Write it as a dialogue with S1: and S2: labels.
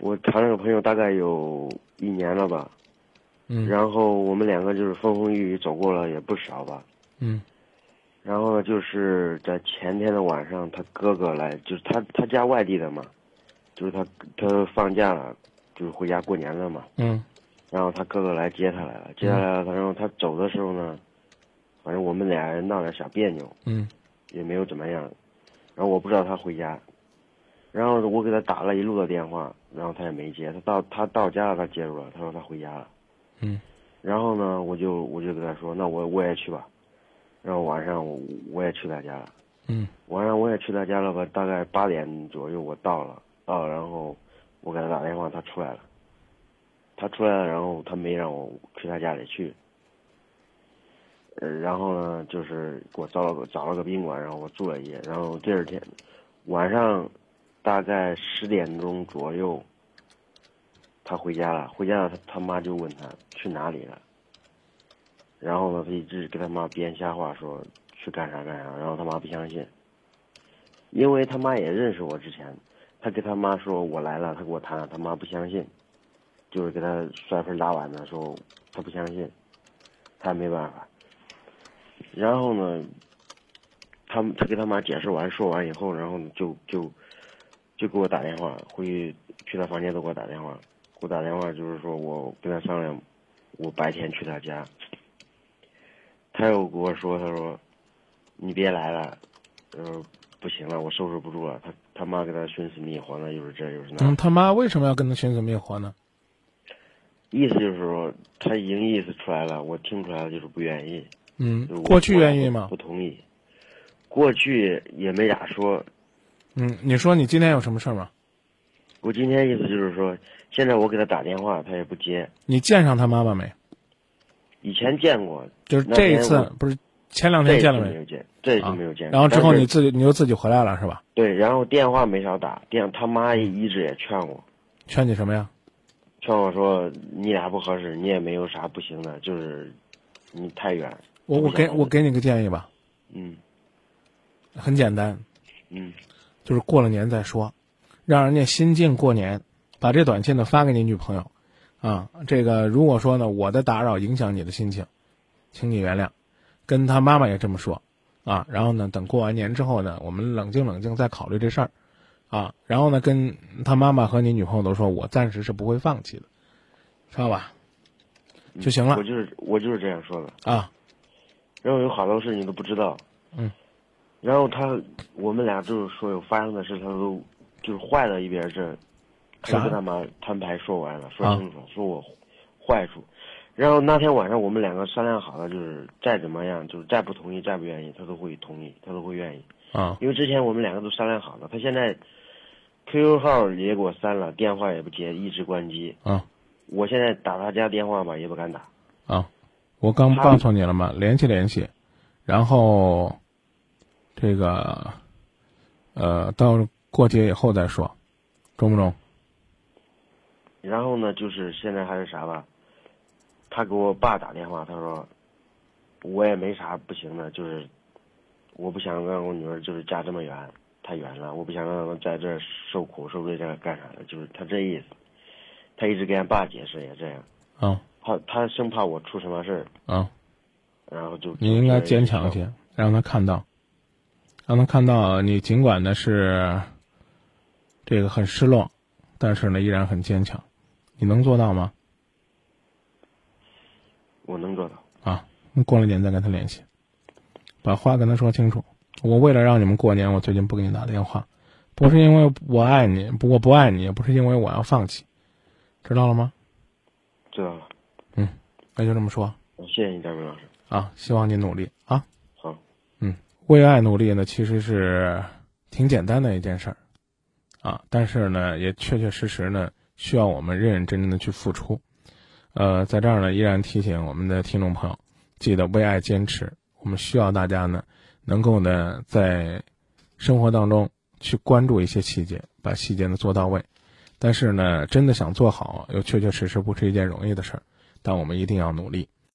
S1: 我谈了个朋友大概有一年了吧，
S2: 嗯
S1: 然后我们两个就是风风雨雨走过了也不少吧。
S2: 嗯
S1: 然后呢，就是在前天的晚上，他哥哥来，就是他他家外地的嘛，就是他他放假了，就是回家过年了嘛。
S2: 嗯
S1: 然后他哥哥来接他来了，接他来了，然后他走的时候呢，反正我们俩人闹点小别扭，
S2: 嗯
S1: 也没有怎么样。然后我不知道他回家，然后我给他打了一路的电话，然后他也没接。他到他到家了，他接住了，他说他回家了。
S2: 嗯
S1: 然后呢，我就我就跟他说，那我我也去吧。然后晚上我我也去他家了，
S2: 嗯
S1: 晚上我也去他家了吧，大概八点左右我到了，到了然后我给他打电话，他出来了，他出来了，然后他没让我去他家里去。呃，然后呢，就是给我找了个找了个宾馆，然后我住了一夜。然后第二天晚上，大概十点钟左右，他回家了。回家了，他他妈就问他去哪里了。然后呢，他一直跟他妈编瞎话说去干啥干啥，然后他妈不相信，因为他妈也认识我之前，他跟他妈说我来了，他给我谈了，他妈不相信，就是给他摔盆打碗的说他不相信，他也没办法。然后呢，他们他跟他妈解释完说完以后，然后呢就就就给我打电话，回去去他房间都给我打电话，给我打电话就是说我跟他商量，我白天去他家。他又跟我说，他说你别来了，呃，不行了，我收拾不住了。他他妈给他寻死觅活呢，又是这又是那，
S2: 嗯，他妈为什么要跟他寻死觅活呢？
S1: 意思就是说他已经意思出来了，我听出来了，就是不愿意。
S2: 嗯
S1: 就是，我
S2: 过去愿意吗
S1: 不？同意，过去也没咋说。
S2: 嗯，你说你今天有什么事儿吗？
S1: 我今天意思就是说，现在我给他打电话，他也不接。
S2: 你见上他妈妈没？
S1: 以前见过，
S2: 就是
S1: 那
S2: 这一
S1: 天
S2: 次
S1: 我
S2: 不是前两
S1: 这
S2: 天
S1: 一次
S2: 哦见了
S1: 没有见，这一次
S2: 啊
S1: 没有见。
S2: 然后之
S1: 但
S2: 后
S1: 是
S2: 你自己你就自己回来了是吧？
S1: 对，然后电话没少打，电他妈一直也劝我，
S2: 劝你什么呀？
S1: 劝我说你俩不合适，你也没有啥不行的，就是你太远。
S2: 我我给我给你个建议吧，
S1: 嗯
S2: 很简单，
S1: 嗯
S2: 就是过了年再说，让人家心境过年，把这短信呢发给你女朋友，啊，这个如果说呢我的打扰影响你的心情，请你原谅，跟他妈妈也这么说，啊，然后呢等过完年之后呢，我们冷静冷静再考虑这事儿，啊，然后呢跟他妈妈和你女朋友都说，我暂时是不会放弃的，知道吧？就行了
S1: 我就是我就是这样说的。
S2: 啊，
S1: 然后有好多事你都不知道。
S2: 嗯。
S1: 然后他，我们俩就是说有发生的事，他都就是坏的一边是，他
S2: 啥
S1: 就跟他妈摊牌说完了，说
S2: 啊
S1: 清楚，说我坏处。然后那天晚上我们两个商量好了，就是再怎么样，就是再不同意，再不愿意，他都会同意，他都会愿意。
S2: 啊，
S1: 因为之前我们两个都商量好了，他现在 QQ 号也给我删了，电话也不接，一直关机。
S2: 啊
S1: 我现在打他家电话吧，也不敢打。
S2: 啊！我刚
S1: 他
S2: 告诉你了嘛，联系联系，然后这个呃，到过节以后再说，中不中？
S1: 然后呢，就是现在还是啥吧，他给我爸打电话，他说，我也没啥不行的，就是我不想让我女儿就是嫁这么远，太远了，我不想让她在这儿受苦受罪，这干啥的，就是他这意思。他一直跟俺爸解释也这样，
S2: 啊
S1: 怕他生怕我出什么事儿，
S2: 啊！
S1: 然后就
S2: 你应该坚强些，让他看到，让他看到你尽管呢是这个很失落，但是呢依然很坚强，你能做到吗？
S1: 我能做到。
S2: 啊，过了年再跟他联系，把话跟他说清楚。我为了让你们过年，我最近不给你打电话，不是因为我爱你，不过不爱你，也不是因为我要放弃，知道了吗？
S1: 知道了，
S2: 那就这么说
S1: 谢谢你，张明老师。
S2: 啊，希望你努力啊。
S1: 好，
S2: 嗯，为爱努力呢，其实是挺简单的一件事儿，啊，但是呢，也确确实实呢，需要我们认认真真的去付出。呃，在这儿呢，依然提醒我们的听众朋友，记得为爱坚持。我们需要大家呢，能够呢，在生活当中去关注一些细节，把细节呢做到位。但是呢，真的想做好，又确确实实不是一件容易的事儿，但我们一定要努力。